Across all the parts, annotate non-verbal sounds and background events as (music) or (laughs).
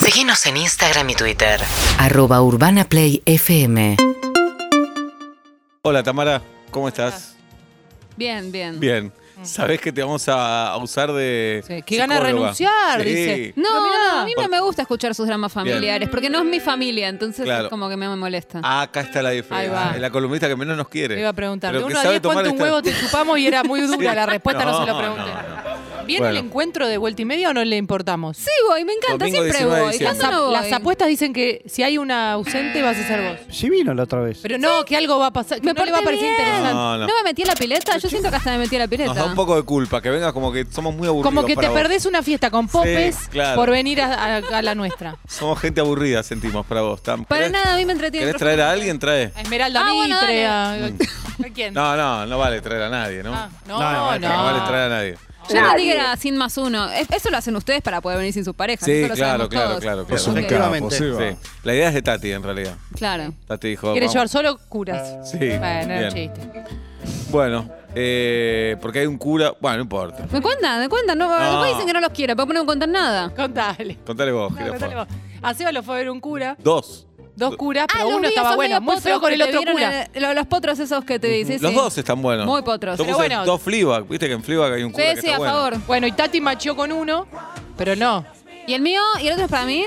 Seguinos en Instagram y Twitter. arroba urbanaplayfm Hola Tamara, ¿cómo estás? Bien, bien. Bien. Sabés que te vamos a a usar de. Mm. Sí, que gana de psicóloga. renunciar, Sí. dice. No, No, mirá. no, a mí no me gusta escuchar sus dramas Bien. familiares, porque no es mi familia, entonces Claro. es como que me molesta. Ah, acá está la diferencia. Ahí va. La columnista que menos nos quiere. Te iba a preguntar. De Pero que 1 a sabe 10, ¿cuánto tomar un esta- (laughs) huevo te chupamos? Y era muy dura Sí. (laughs) la respuesta, no, se lo pregunté. no, no. ¿Viene Bueno. el encuentro de vuelta y media o no le importamos? sí, voy, me encanta, Domingo siempre 19 de voy. diciembre. ¿Cuándo no voy? Las apuestas dicen que si hay una ausente vas a ser vos. Sí vino la otra vez. Pero no, que algo va a pasar. Que Me no le va a porté parecer bien. interesante. No, No, no. me metí a la pileta, yo siento que hasta me metí a la pileta. Nos da un poco de culpa, que vengas como que somos muy aburridos. Como que para te vos. perdés una fiesta con popes claro. por venir a, a- a la nuestra. Somos gente aburrida, sentimos para vos. Tam. Para ¿Querés- nada, a mí me entretiene. ¿Querés otro- traer a alguien? Trae. A Esmeralda Ah, bueno, Mitre, dale. a, ¿a quién? (laughs) No, no, no vale traer a nadie, ¿no? Ah, no, No, no. no, no, No vale traer a nadie. Yo entendí que era sin más uno. Es- Eso lo hacen ustedes para poder venir sin sus parejas. Sí, eso lo claro, sabemos claro, todos. claro, claro. Es un Ok. capo, Efectivamente. sí, va. Sí. La idea es de Tati, en realidad. Claro. Tati dijo. Quiere vamos. llevar solo curas. Sí, Bueno, era un bien. chiste. Bueno, eh, porque hay un cura. Bueno, no importa. ¿Me cuentan? ¿Me cuentan? No, No. después dicen que no los quiero, pero no me cuentan nada. Contale. Contale vos, No, Jirafa. contale vos. A Seba lo fue a ver un cura. Dos. Dos curas, pero Ah, los uno vi, estaba esos bueno, medio muy feo potros con que el te otro vieron cura. en- lo- los potros esos que te dicen. Los dos están buenos. Muy potros. Yo Pero puse bueno. dos Fleabag. Viste que en Fleabag hay un cura que sí, está a bueno. favor. Bueno, y Tati machió con uno, pero no. ¿Y el mío? ¿Y el otro es para mí?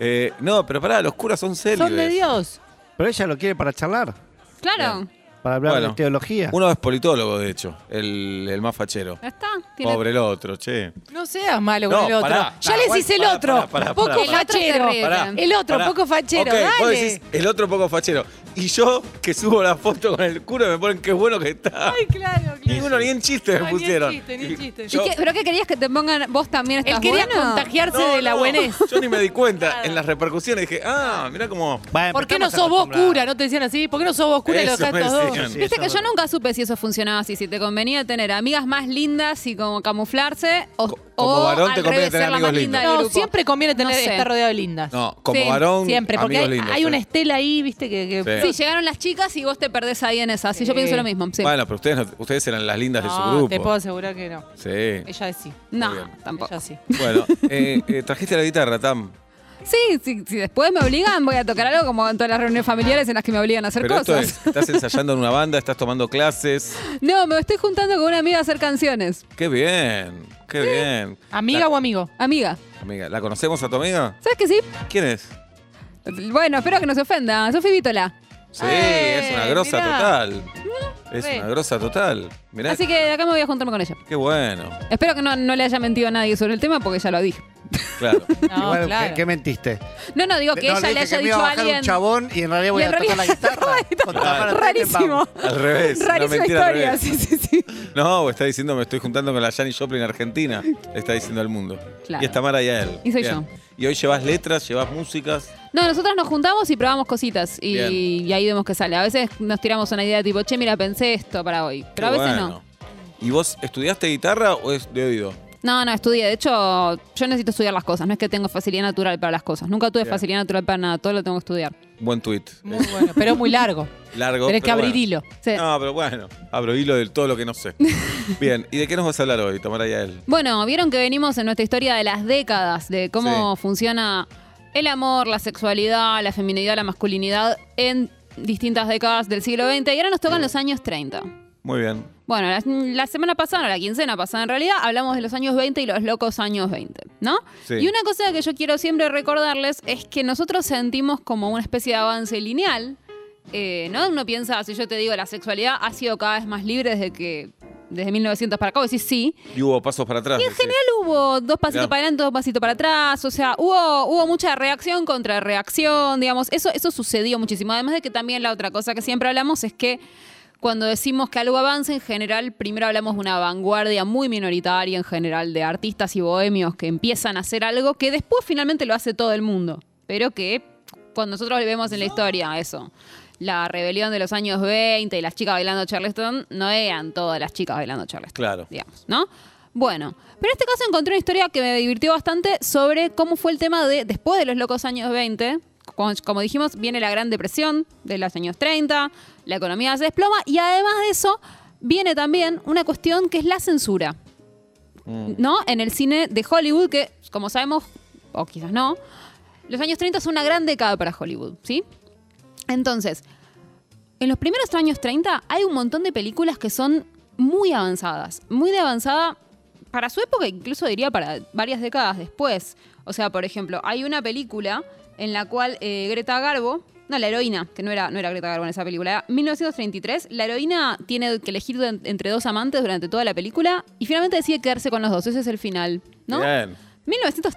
Eh, no, pero pará, los curas son célibes. Son de Dios. Pero ella lo quiere para charlar, Claro. para hablar Bueno. de teología. Uno es politólogo, de hecho, el, el más fachero. Ah, Ya está. Tiene- Pobre el otro, che. No seas malo No, con el otro. pará. ya Nah, les bueno, hice el pará, otro. pará, pará, poco pará, pará. fachero. El otro Pará, El otro, pará. poco fachero. Ok, vos dale. decís, el otro poco fachero. Y yo, que subo la foto con el cura, me ponen qué bueno que está. Ay, claro, Ni claro. uno ni en chiste me No, ni en pusieron. chiste, ni en chiste. ¿Y Yo- qué- ¿Pero qué querías que te pongan vos también? ¿Estás Él quería bueno? contagiarse No, de la no, buenez. Yo ni me di cuenta. En las repercusiones dije, ah, mirá cómo. Bueno, ¿Por qué pero no estamos sos vos acostumbrados. cura? ¿No te decían así? ¿Por qué no sos vos cura y los Eso me estos dos? decían. Viste Sí, que eso yo no- nunca supe si eso funcionaba así, si te convenía tener amigas más lindas y como camuflarse o, Co- o como varón te al conviene tener revés, ser la amigos más linda lindos. del No, grupo. siempre conviene tener, No sé. estar rodeado de lindas. No, como Sí, varón. Siempre, porque amigos hay, lindos, hay sí. una estela ahí, viste, que... que- Sí. Sí, llegaron las chicas y vos te perdés ahí en esas. Sí, yo Sí. pienso lo mismo. sí. Bueno, pero ustedes, no- ustedes eran las lindas de su No, grupo. te puedo asegurar que no. Sí. Ella sí. no, muy bien. tampoco. Ella sí. Bueno, eh, eh, trajiste la guitarra, Tam. Sí, si después me obligan, voy a tocar algo como en todas las reuniones familiares en las que me obligan a hacer Pero esto cosas. es, estás ensayando en una banda, estás tomando clases. No, me estoy juntando con una amiga a hacer canciones. Qué bien, qué bien. ¿Amiga La- o amigo? Amiga. Amiga, ¿la conocemos a tu amiga? ¿Sabes qué sí? ¿Quién es? Bueno, espero que no se ofenda. Sofi Vítola. Sí, Eh, es una grosa mirá. total. Es re. una grosa total. Mirá, Así que de acá me voy a juntarme con ella. qué bueno. Espero que no, no le haya mentido a nadie sobre el tema porque ya lo dije. Claro. No, Igual, ¿qué- claro. ¿qué, mentiste? No, no, digo que No, ella le dije haya que me dicho iba a bajar alguien. un chabón y en realidad voy Y a en tocar la realidad (laughs) guitarra. con Tamara Tenen, Rarísimo. vamos. Al revés. (laughs) una Rarísima mentira al historia. revés. Sí, sí, sí. No, o está diciendo me estoy juntando con la Janis Joplin argentina. Le está diciendo al mundo. Claro. Y está Mara y a él. Y soy yo. Y hoy llevas letras, llevas músicas. No, nosotras nos juntamos y probamos cositas y, Bien. y ahí vemos qué sale. A veces nos tiramos una idea tipo, che, mira, pensé esto para hoy. Pero a Qué veces no. bueno. ¿Y vos estudiaste guitarra o es de oído? No, no, estudié. De hecho, yo necesito estudiar las cosas. No es que tengo facilidad natural para las cosas. Nunca tuve Bien. facilidad natural para nada. Todo lo tengo que estudiar. Buen tuit. Muy bueno, pero es muy largo. Largo. Tenés que pero abrir bueno. hilo. Sí. No, pero bueno, abro hilo de todo lo que no (laughs) sé. Bien, ¿y de qué nos vas a hablar hoy, Tamara Yael? Bueno, vieron que venimos en nuestra historia de las décadas, de cómo funciona el amor, la sexualidad, la feminidad, la masculinidad en distintas décadas del siglo XX y ahora nos tocan los años 30. Muy bien. Bueno, la, la semana pasada, o la quincena pasada en realidad, hablamos de los años 20 y los locos años 20, ¿no? Sí. Y una cosa que yo quiero siempre recordarles es que nosotros sentimos como una especie de avance lineal, eh, ¿no? Uno piensa, si yo te digo, la sexualidad ha sido cada vez más libre desde que... Desde 1900 para acá, vos decís sí, Y hubo pasos para atrás. y en decís. general hubo dos pasitos Mirá. para adelante, dos pasitos para atrás, o sea, hubo, hubo mucha reacción contra reacción, digamos, eso, eso sucedió muchísimo. Además de que también la otra cosa que siempre hablamos es que cuando decimos que algo avanza, en general, primero hablamos de una vanguardia muy minoritaria en general de artistas y bohemios que empiezan a hacer algo que después finalmente lo hace todo el mundo, pero que cuando nosotros vemos en la historia eso. La rebelión de los años 20 y las chicas bailando Charleston no eran todas las chicas bailando Charleston Claro. digamos, ¿no? Bueno, pero en este caso encontré una historia que me divirtió bastante sobre cómo fue el tema de después de los locos años 20. cu- Como dijimos, viene la Gran Depresión de los años 30, la economía se desploma y además de eso viene también una cuestión que es la censura, ¿no? En el cine de Hollywood, que como sabemos o quizás no, los años 30 son una gran década para Hollywood, ¿sí? Entonces, en los primeros años 30 hay un montón de películas que son muy avanzadas, muy de avanzada para su época, incluso diría para varias décadas después. O sea, por ejemplo, hay una película en la cual eh, Greta Garbo, no, la heroína, que no era, no era Greta Garbo en esa película, era 1933, la heroína tiene que elegir de- entre dos amantes durante toda la película y finalmente decide quedarse con los dos, ese es el final, ¿no? Bien.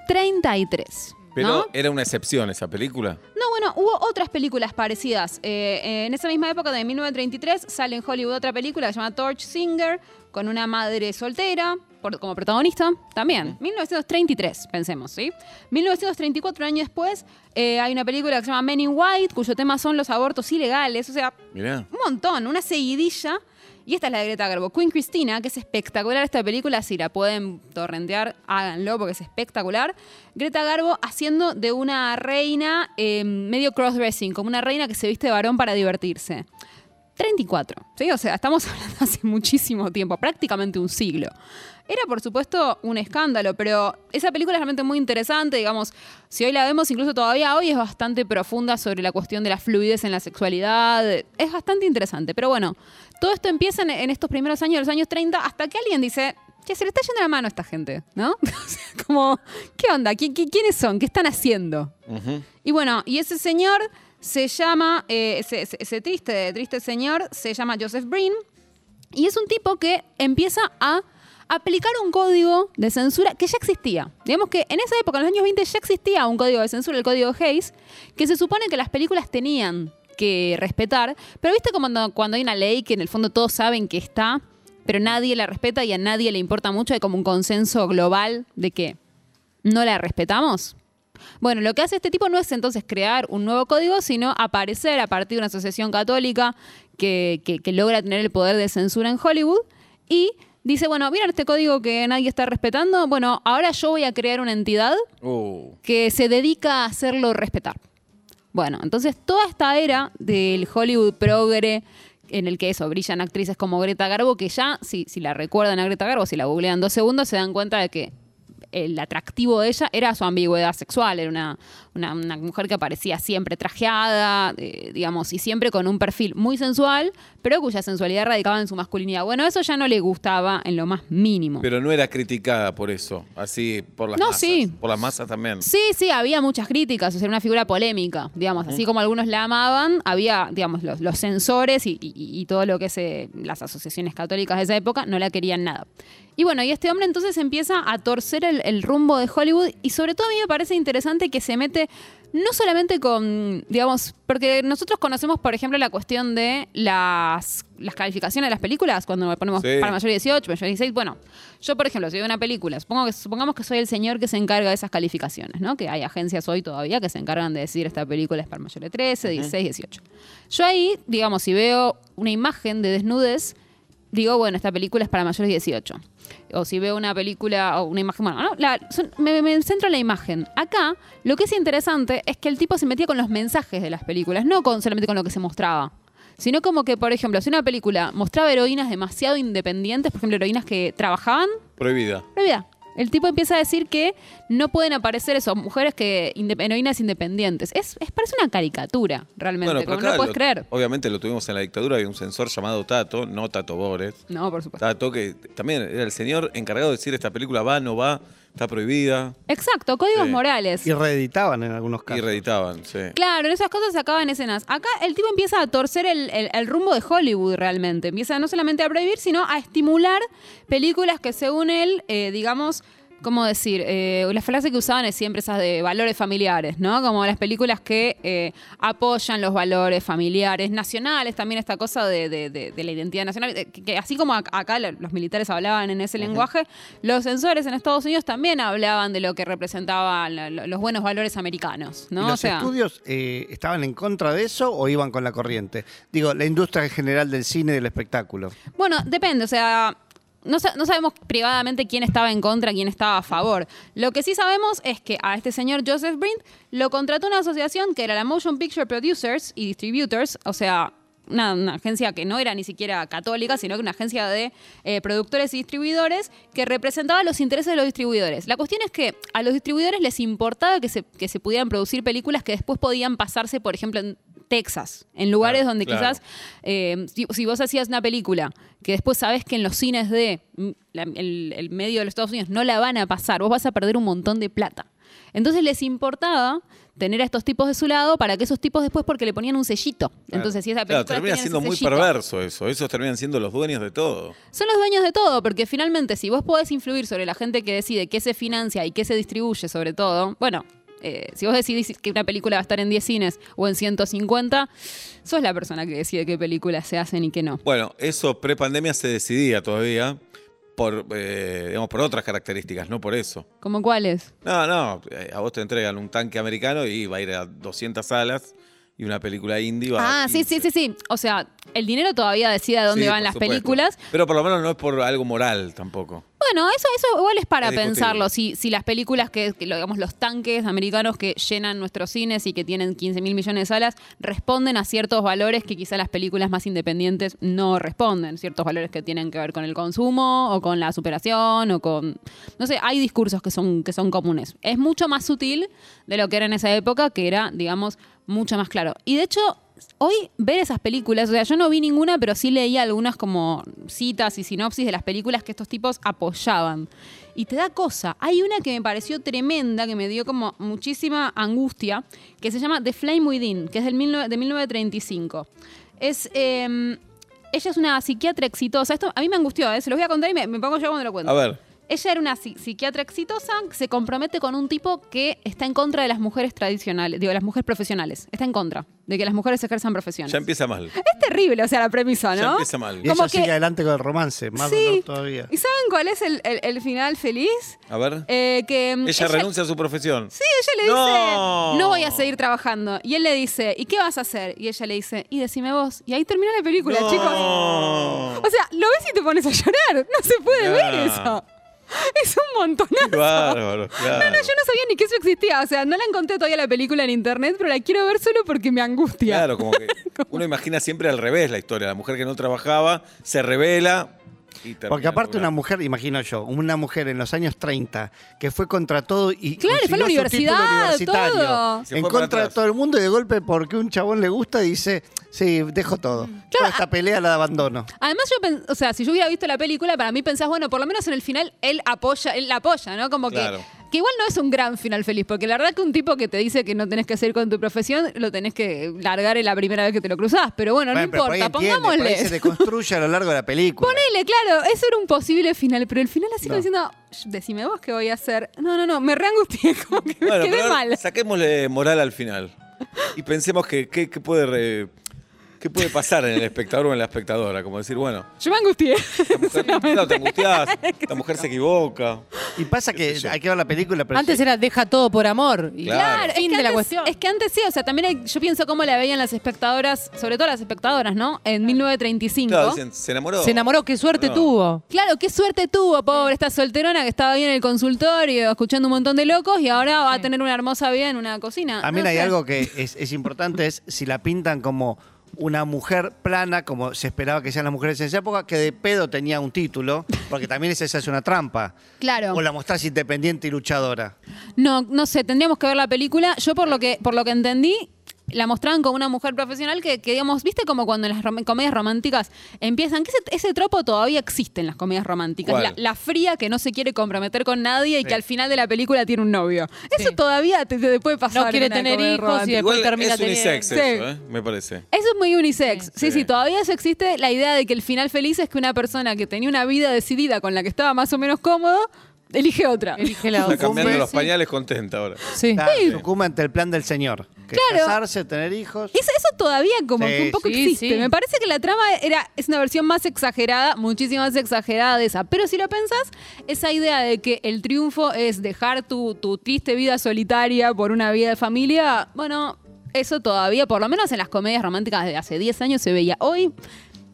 1933. Pero ¿no? era una excepción esa película. No, bueno, hubo otras películas parecidas. Eh, eh, en esa misma época de 1933 sale en Hollywood otra película que se llama Torch Singer, con una madre soltera por- como protagonista también. 1933, pensemos, ¿sí? 1934, un año después, eh, hay una película que se llama Men in White, cuyo tema son los abortos ilegales. O sea, Mirá. un montón, una seguidilla. Y esta es la de Greta Garbo, Queen Christina, que es espectacular esta película. Si la pueden torrentear, háganlo porque es espectacular. Greta Garbo haciendo de una reina eh, medio crossdressing, como una reina que se viste de varón para divertirse. 34, ¿sí? O sea, estamos (laughs) hablando hace muchísimo tiempo, prácticamente un siglo. Era, por supuesto, un escándalo, pero esa película es realmente muy interesante, digamos, si hoy la vemos, incluso todavía hoy es bastante profunda sobre la cuestión de la fluidez en la sexualidad, es bastante interesante, pero bueno, todo esto empieza en, en estos primeros años, de los años 30, hasta que alguien dice, che, se le está yendo la mano a esta gente, ¿no? (laughs) O sea, Como, ¿qué onda? ¿Qui- qui- ¿Quiénes son? ¿Qué están haciendo? Ujú. Y bueno, y ese señor se llama, eh, ese, ese- ese triste, triste señor se llama Joseph Breen y es un tipo que empieza a aplicar un código de censura que ya existía. Digamos que en esa época, en los años 20, ya existía un código de censura, el código Hayes, que se supone que las películas tenían que respetar, pero viste como cuando, cuando hay una ley que en el fondo todos saben que está, pero nadie la respeta y a nadie le importa mucho, hay como un consenso global de que no la respetamos. Bueno, lo que hace este tipo no es entonces crear un nuevo código, sino aparecer a partir de una asociación católica que, que- que logra tener el poder de censura en Hollywood y dice, bueno, ¿vieron este código que nadie está respetando? Bueno, ahora yo voy a crear una entidad Uh. que se dedica a hacerlo respetar. Bueno, entonces toda esta era del Hollywood progre en el que eso, brillan actrices como Greta Garbo, que ya, si, si la recuerdan a Greta Garbo, si la googlean dos segundos, se dan cuenta de que el atractivo de ella era su ambigüedad sexual, era una, una- una mujer que aparecía siempre trajeada, eh, digamos, y siempre con un perfil muy sensual, pero cuya sensualidad radicaba en su masculinidad. Bueno, eso ya no le gustaba en lo más mínimo. Pero no era criticada por eso, así por las No, masas. sí. Por las masas también. Sí, sí, había muchas críticas, o sea, era una figura polémica, digamos, así como algunos la amaban, había, digamos, los, los censores y, y- y todo lo que se, las asociaciones católicas de esa época no la querían nada. Y bueno, y este hombre entonces empieza a torcer el, el rumbo de Hollywood y sobre todo a mí me parece interesante que se mete no solamente con, digamos, porque nosotros conocemos, por ejemplo, la cuestión de las, las calificaciones de las películas, cuando ponemos Sí. para mayor de 18, mayor de 16, bueno, yo, por ejemplo, si veo una película, supongo que, supongamos que soy el señor que se encarga de esas calificaciones, ¿no? Que hay agencias hoy todavía que se encargan de decir esta película es para mayor de 13, 16, 18. Yo ahí, digamos, si veo una imagen de desnudez, digo, bueno, esta película es para mayores de 18. O si veo una película o una imagen, bueno, no, la- son- me, me centro en la imagen. Acá, lo que es interesante es que el tipo se metía con los mensajes de las películas, no con, solamente con lo que se mostraba. Sino como que, por ejemplo, si una película mostraba heroínas demasiado independientes, por ejemplo, heroínas que trabajaban, Prohibida. prohibida. El tipo empieza a decir que no pueden aparecer eso, mujeres que, inde- heroínas independientes. Es, es- parece una caricatura, realmente, Bueno, pero como acá no puedes lo- creer. Obviamente lo tuvimos en la dictadura, había un censor llamado Tato, no Tato Bores. No, por supuesto. Tato que también era el señor encargado de decir esta película va, no va, está prohibida. Exacto, códigos Sí. morales. Y reeditaban en algunos Y casos. reeditaban, sí. Claro, en esas cosas sacaban escenas. Acá el tipo empieza a torcer el, el- el rumbo de Hollywood realmente. Empieza no solamente a prohibir, sino a estimular películas que según él, eh, digamos, ¿cómo decir? Eh, las frases que usaban es siempre esas de valores familiares, ¿no? Como las películas que eh, apoyan los valores familiares, nacionales, también esta cosa de, de- de- de la identidad nacional. eh, Que, que así como ac- acá lo- los militares hablaban en ese lenguaje, los censores en Estados Unidos también hablaban de lo que representaban la- lo- los buenos valores americanos, ¿Y ¿no? ¿Los O sea, estudios eh, estaban en contra de eso o iban con la corriente? Digo, la industria en general del cine y del espectáculo. Bueno, depende, o sea, no, sa- no sabemos privadamente quién estaba en contra, quién estaba a favor. Lo que sí sabemos es que a este señor Joseph Brint lo contrató una asociación que era la Motion Picture Producers y Distributors, o sea, una, una agencia que no era ni siquiera católica, sino que una agencia de eh, productores y distribuidores que representaba los intereses de los distribuidores. La cuestión es que a los distribuidores les importaba que se, que se pudieran producir películas que después podían pasarse, por ejemplo, en Texas, en lugares Claro, donde claro. quizás eh, si, si vos hacías una película que después sabés que en los cines de mm, la- el, el medio de los Estados Unidos no la van a pasar, vos vas a perder un montón de plata. Entonces les importaba tener a estos tipos de su lado para que esos tipos después, porque le ponían un sellito. Entonces, si esa película Claro, termina tenía ese siendo muy sellito, perverso eso. Esos terminan siendo los dueños de todo. Son los dueños de todo, porque finalmente, si vos podés influir sobre la gente que decide qué se financia y qué se distribuye, sobre todo, bueno. eh, si vos decidís que una película va a estar en 10 cines o en 150, sos la persona que decide qué películas se hacen y qué no. Bueno, eso pre-pandemia se decidía todavía por, eh, digamos, por otras características, no por eso. ¿Como cuáles? No, no, eh, a vos te entregan un tanque americano y va a ir a 200 salas y una película indie va a Ah, sí, sí, 15. sí, sí. O sea, el dinero todavía decide a dónde Sí, van por las supuesto. películas. Pero por lo menos no es por algo moral tampoco. Bueno, eso, eso igual es para Es discutible. pensarlo. Si, si las películas que, que lo- digamos, los tanques americanos que llenan nuestros cines y que tienen 15 mil millones de salas responden a ciertos valores que quizá las películas más independientes no responden. Ciertos valores que tienen que ver con el consumo o con la superación o con. No sé, hay discursos que son, que son comunes. Es mucho más sutil de lo que era en esa época, que era, digamos, mucho más claro. Y de hecho. Hoy ver esas películas, o sea, yo no vi ninguna, pero sí leí algunas como citas y sinopsis de las películas que estos tipos apoyaban. Y te da cosa. Hay una que me pareció tremenda, que me dio como muchísima angustia, que se llama The Flame Within, que es del 19 de 1935. Es. eh, ella es una psiquiatra exitosa. Esto a mí me angustió, ¿eh? se los voy a contar y me, me pongo yo cuando lo cuento. A ver, Ella era una psi- psiquiatra exitosa, que se compromete con un tipo que está en contra de las mujeres tradicionales, digo, de las mujeres profesionales. Está en contra de que las mujeres ejerzan profesiones. ya empieza mal. Es terrible, o sea, la premisa, Ya ¿no? empieza mal. Y Como ella que- sigue adelante con el romance, más Sí. dolor todavía. ¿Y saben cuál es el, el- el final feliz? A ver. Eh, que mm, ella, renuncia a su profesión. Sí, (laughs) ella le dice, ¡No! no voy a seguir trabajando. Y él le dice, ¿y qué vas a hacer? Y ella le dice, y decime vos. Y ahí termina la película, No. chicos. O sea, lo ves y te pones a llorar. No se puede Mirá. ver eso. Es un montonazo. Qué bárbaro, claro. No, no, yo no sabía ni que eso existía. O sea, no la encontré todavía la película en internet, pero la quiero ver solo porque me angustia. Claro, como (laughs) que uno imagina siempre al revés la historia. La mujer que no trabajaba se revela y termina Porque aparte con una mujer, imagino yo, una mujer en los años 30 que fue contra todo y Claro, y fue a la consiguió su título universidad, universitario, todo. Se en fue para contra de atrás. todo el mundo y de golpe porque un chabón le gusta dice, sí, dejo todo. ah, Toda esta pelea la abandono. Además, yo pens- o sea, si yo hubiera visto la película, para mí pensás, bueno, por lo menos en el final él apoya, él la apoya, ¿no? Como que. Claro. Que igual no es un gran final feliz, porque la verdad que un tipo que te dice que no tenés que seguir con tu profesión, lo tenés que largar en la primera vez que te lo cruzás. Pero bueno, Bueno, no pero por ahí importa, entiende, por ahí pongámosle. se deconstruye a lo largo de la película. Ponele, claro, eso era un posible final, pero el final así como No. diciendo, decime vos qué voy a hacer. No, no, no, me reangustié, (laughs) como que Bueno, me pero quedé ahora mal. Saquémosle moral al final. Y pensemos que qué qué puede re- qué puede pasar en el espectador o en la espectadora. Como decir, bueno, Yo me (laughs) angustié. la (laughs) mujer, claro, te angustiás, la mujer se equivoca. Y pasa que hay que ver la película, pero Antes sí, era deja todo por amor. Y Claro. es que fin de la antes- cuestión. Es que antes sí, o sea, también hay- yo pienso cómo la veían las espectadoras, sobre todo las espectadoras, ¿no? En 1935. Claro, Claro, dicen, se enamoró. Se enamoró, qué suerte No. tuvo. qué suerte tuvo, pobre, esta solterona que estaba ahí en el consultorio escuchando un montón de locos y ahora va a tener una hermosa vida en una cocina. A mí No hay sé. algo que es, es importante, es si la pintan como una mujer plana, como se esperaba que sean las mujeres en esa época, que de pedo tenía un título, porque también esa esa es una trampa. Claro. O la mostrás independiente y luchadora. No, no sé, tendríamos que ver la película. Yo por lo que, por lo que entendí, la mostraban como una mujer profesional que, que, digamos, viste como cuando en las rom- comedias románticas empiezan, que ese, ese tropo todavía existe en las comedias románticas. ¿Cuál? La, la fría que no se quiere comprometer con nadie y que al final de la película tiene un novio. Eso todavía te, te puede pasar. No quiere en una tener comedia hijos y romántica. después Igual termina es unisex teniendo. eso, Sí. ¿eh? me parece. Eso es muy unisex. Sí, sí, Sí. todavía eso existe la idea de que el final feliz es que una persona que tenía una vida decidida con la que estaba más o menos cómodo, elige otra. Elige la Está otra. cambiando Sí. los pañales contenta ahora. Sí. Claro, sucumbe ante Ah, el plan del señor. Que es Claro. casarse, tener hijos. Eso, eso todavía como Sí, que un poco sí, existe. sí. Me parece que la trama era, es una versión más exagerada, muchísimo más exagerada de esa. Pero si lo pensás, esa idea de que el triunfo es dejar tu, tu triste vida solitaria por una vida de familia, bueno, eso todavía, por lo menos en las comedias románticas de hace 10 años se veía. Hoy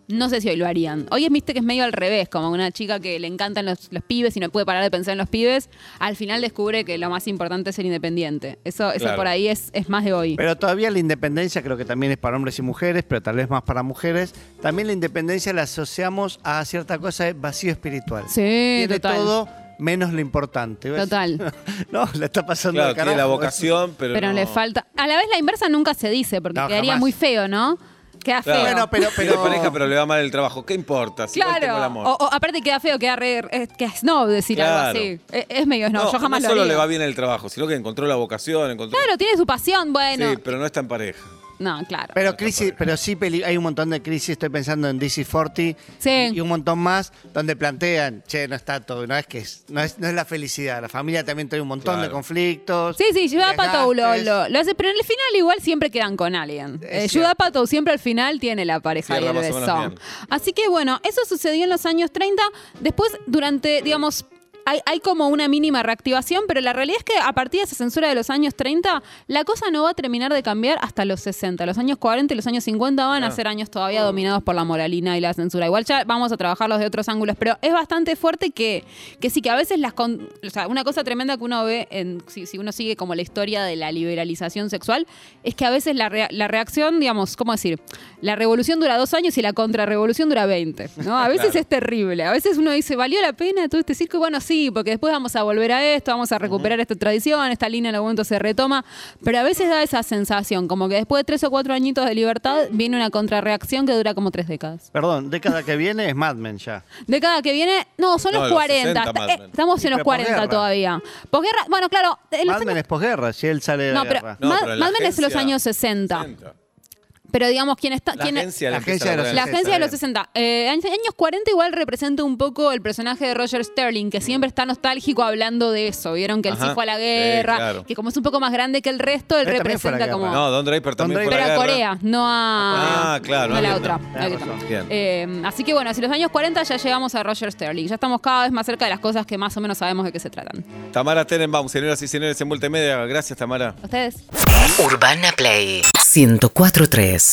No sé si hoy lo harían. Hoy es, viste, que es medio al revés, como una chica que le encantan los, los pibes y no puede parar de pensar en los pibes. Al final descubre que lo más importante es ser independiente. Eso, eso Claro. por ahí es, es más de hoy. Pero todavía la independencia creo que también es para hombres y mujeres, pero tal vez más para mujeres. También la independencia la asociamos a cierta cosa de vacío espiritual. Sí, Tiene total. todo menos lo importante. ¿ves? Total. (laughs) no, la está pasando Claro, al tiene la carajo. vocación, pero. pero no. le falta. A la vez la inversa nunca se dice, porque No, quedaría jamás. muy feo, ¿no? Queda Claro. feo. Bueno, pero- Tiene pareja, pero le va mal el trabajo. ¿Qué importa? Si igual tengo el (laughs) Claro. Oh, amor. O, o aparte queda feo, queda, re, es, queda snob decir Claro. algo así. Es, es medio snob. yo jamás no lo solo haría. le va bien el trabajo, sino que encontró la vocación, encontró. Claro, tiene su pasión, bueno. Sí, pero no está en pareja. No, claro. Pero crisis, pero sí peli- hay un montón de crisis, estoy pensando en DC 40 Sí. y un montón más donde plantean, che, no está todo, no es que es, no es, no es la felicidad, la familia también tiene un montón Claro. de conflictos. Sí, sí, Judah Patou lo, desgastes. lo, lo hace, pero en el final igual siempre quedan con alguien. Eh, Es Judah cierto. Patou siempre al final tiene la pareja Cierra y el más o menos beso. bien. Así que bueno, eso sucedió en los años 30. Después, durante, digamos, hay, hay como una mínima reactivación, pero la realidad es que a partir de esa censura de los años 30, la cosa no va a terminar de cambiar hasta los 60. Los años 40 y los años 50 van a ser años todavía dominados por la moralina y la censura. Igual ya vamos a trabajarlos de otros ángulos, pero es bastante fuerte que, que sí, que a veces las... con- o sea, una cosa tremenda que uno ve, en, si, si uno sigue como la historia de la liberalización sexual, es que a veces la, rea- la reacción, digamos, ¿cómo decir? La revolución dura dos años y la contrarrevolución dura 20, ¿no? A veces Claro. es terrible. A veces uno dice, ¿valió la pena todo este circo? Y bueno, sí, porque después vamos a volver a esto, vamos a recuperar esta tradición, esta línea en algún momento se retoma. Pero a veces da esa sensación, como que después de tres o cuatro añitos de libertad, viene una contrarreacción que dura como tres décadas. Perdón, década que viene es Mad Men ya. Década que viene, no, son No, los los 40. 60 está- más o eh, menos. estamos Y en los 40 posguerra. todavía. Posguerra, bueno, claro. en los Mad Men años- es posguerra, si él sale de No, la pero- guerra. Mad- pero en la Mad Men es de los agencia- años 60. pero digamos, ¿quién está? La quién- agencia, la La empieza agencia a de los lograr. La Está agencia de los bien. 60. Eh, años años 40 igual representa un poco el personaje de Roger Sterling, que siempre está nostálgico hablando de eso. Vieron que él sí Ajá. fue a la Sí, guerra, claro. que como es un poco más grande que el resto, él Él también fue a la representa como... guerra. No, Don Draper también Don fue a Pero la a guerra. Corea, no a, Ah, claro, no a la bien, otra. tenés a la que razón. está. Bien. Eh, así que bueno, si los años 40 ya llegamos a Roger Sterling, ya estamos cada vez más cerca de las cosas que más o menos sabemos de qué se tratan. Tamara Tenenbaum, señoras y señores en Multimedia. Gracias, Tamara. ¿Ustedes? Urbana Play 104.3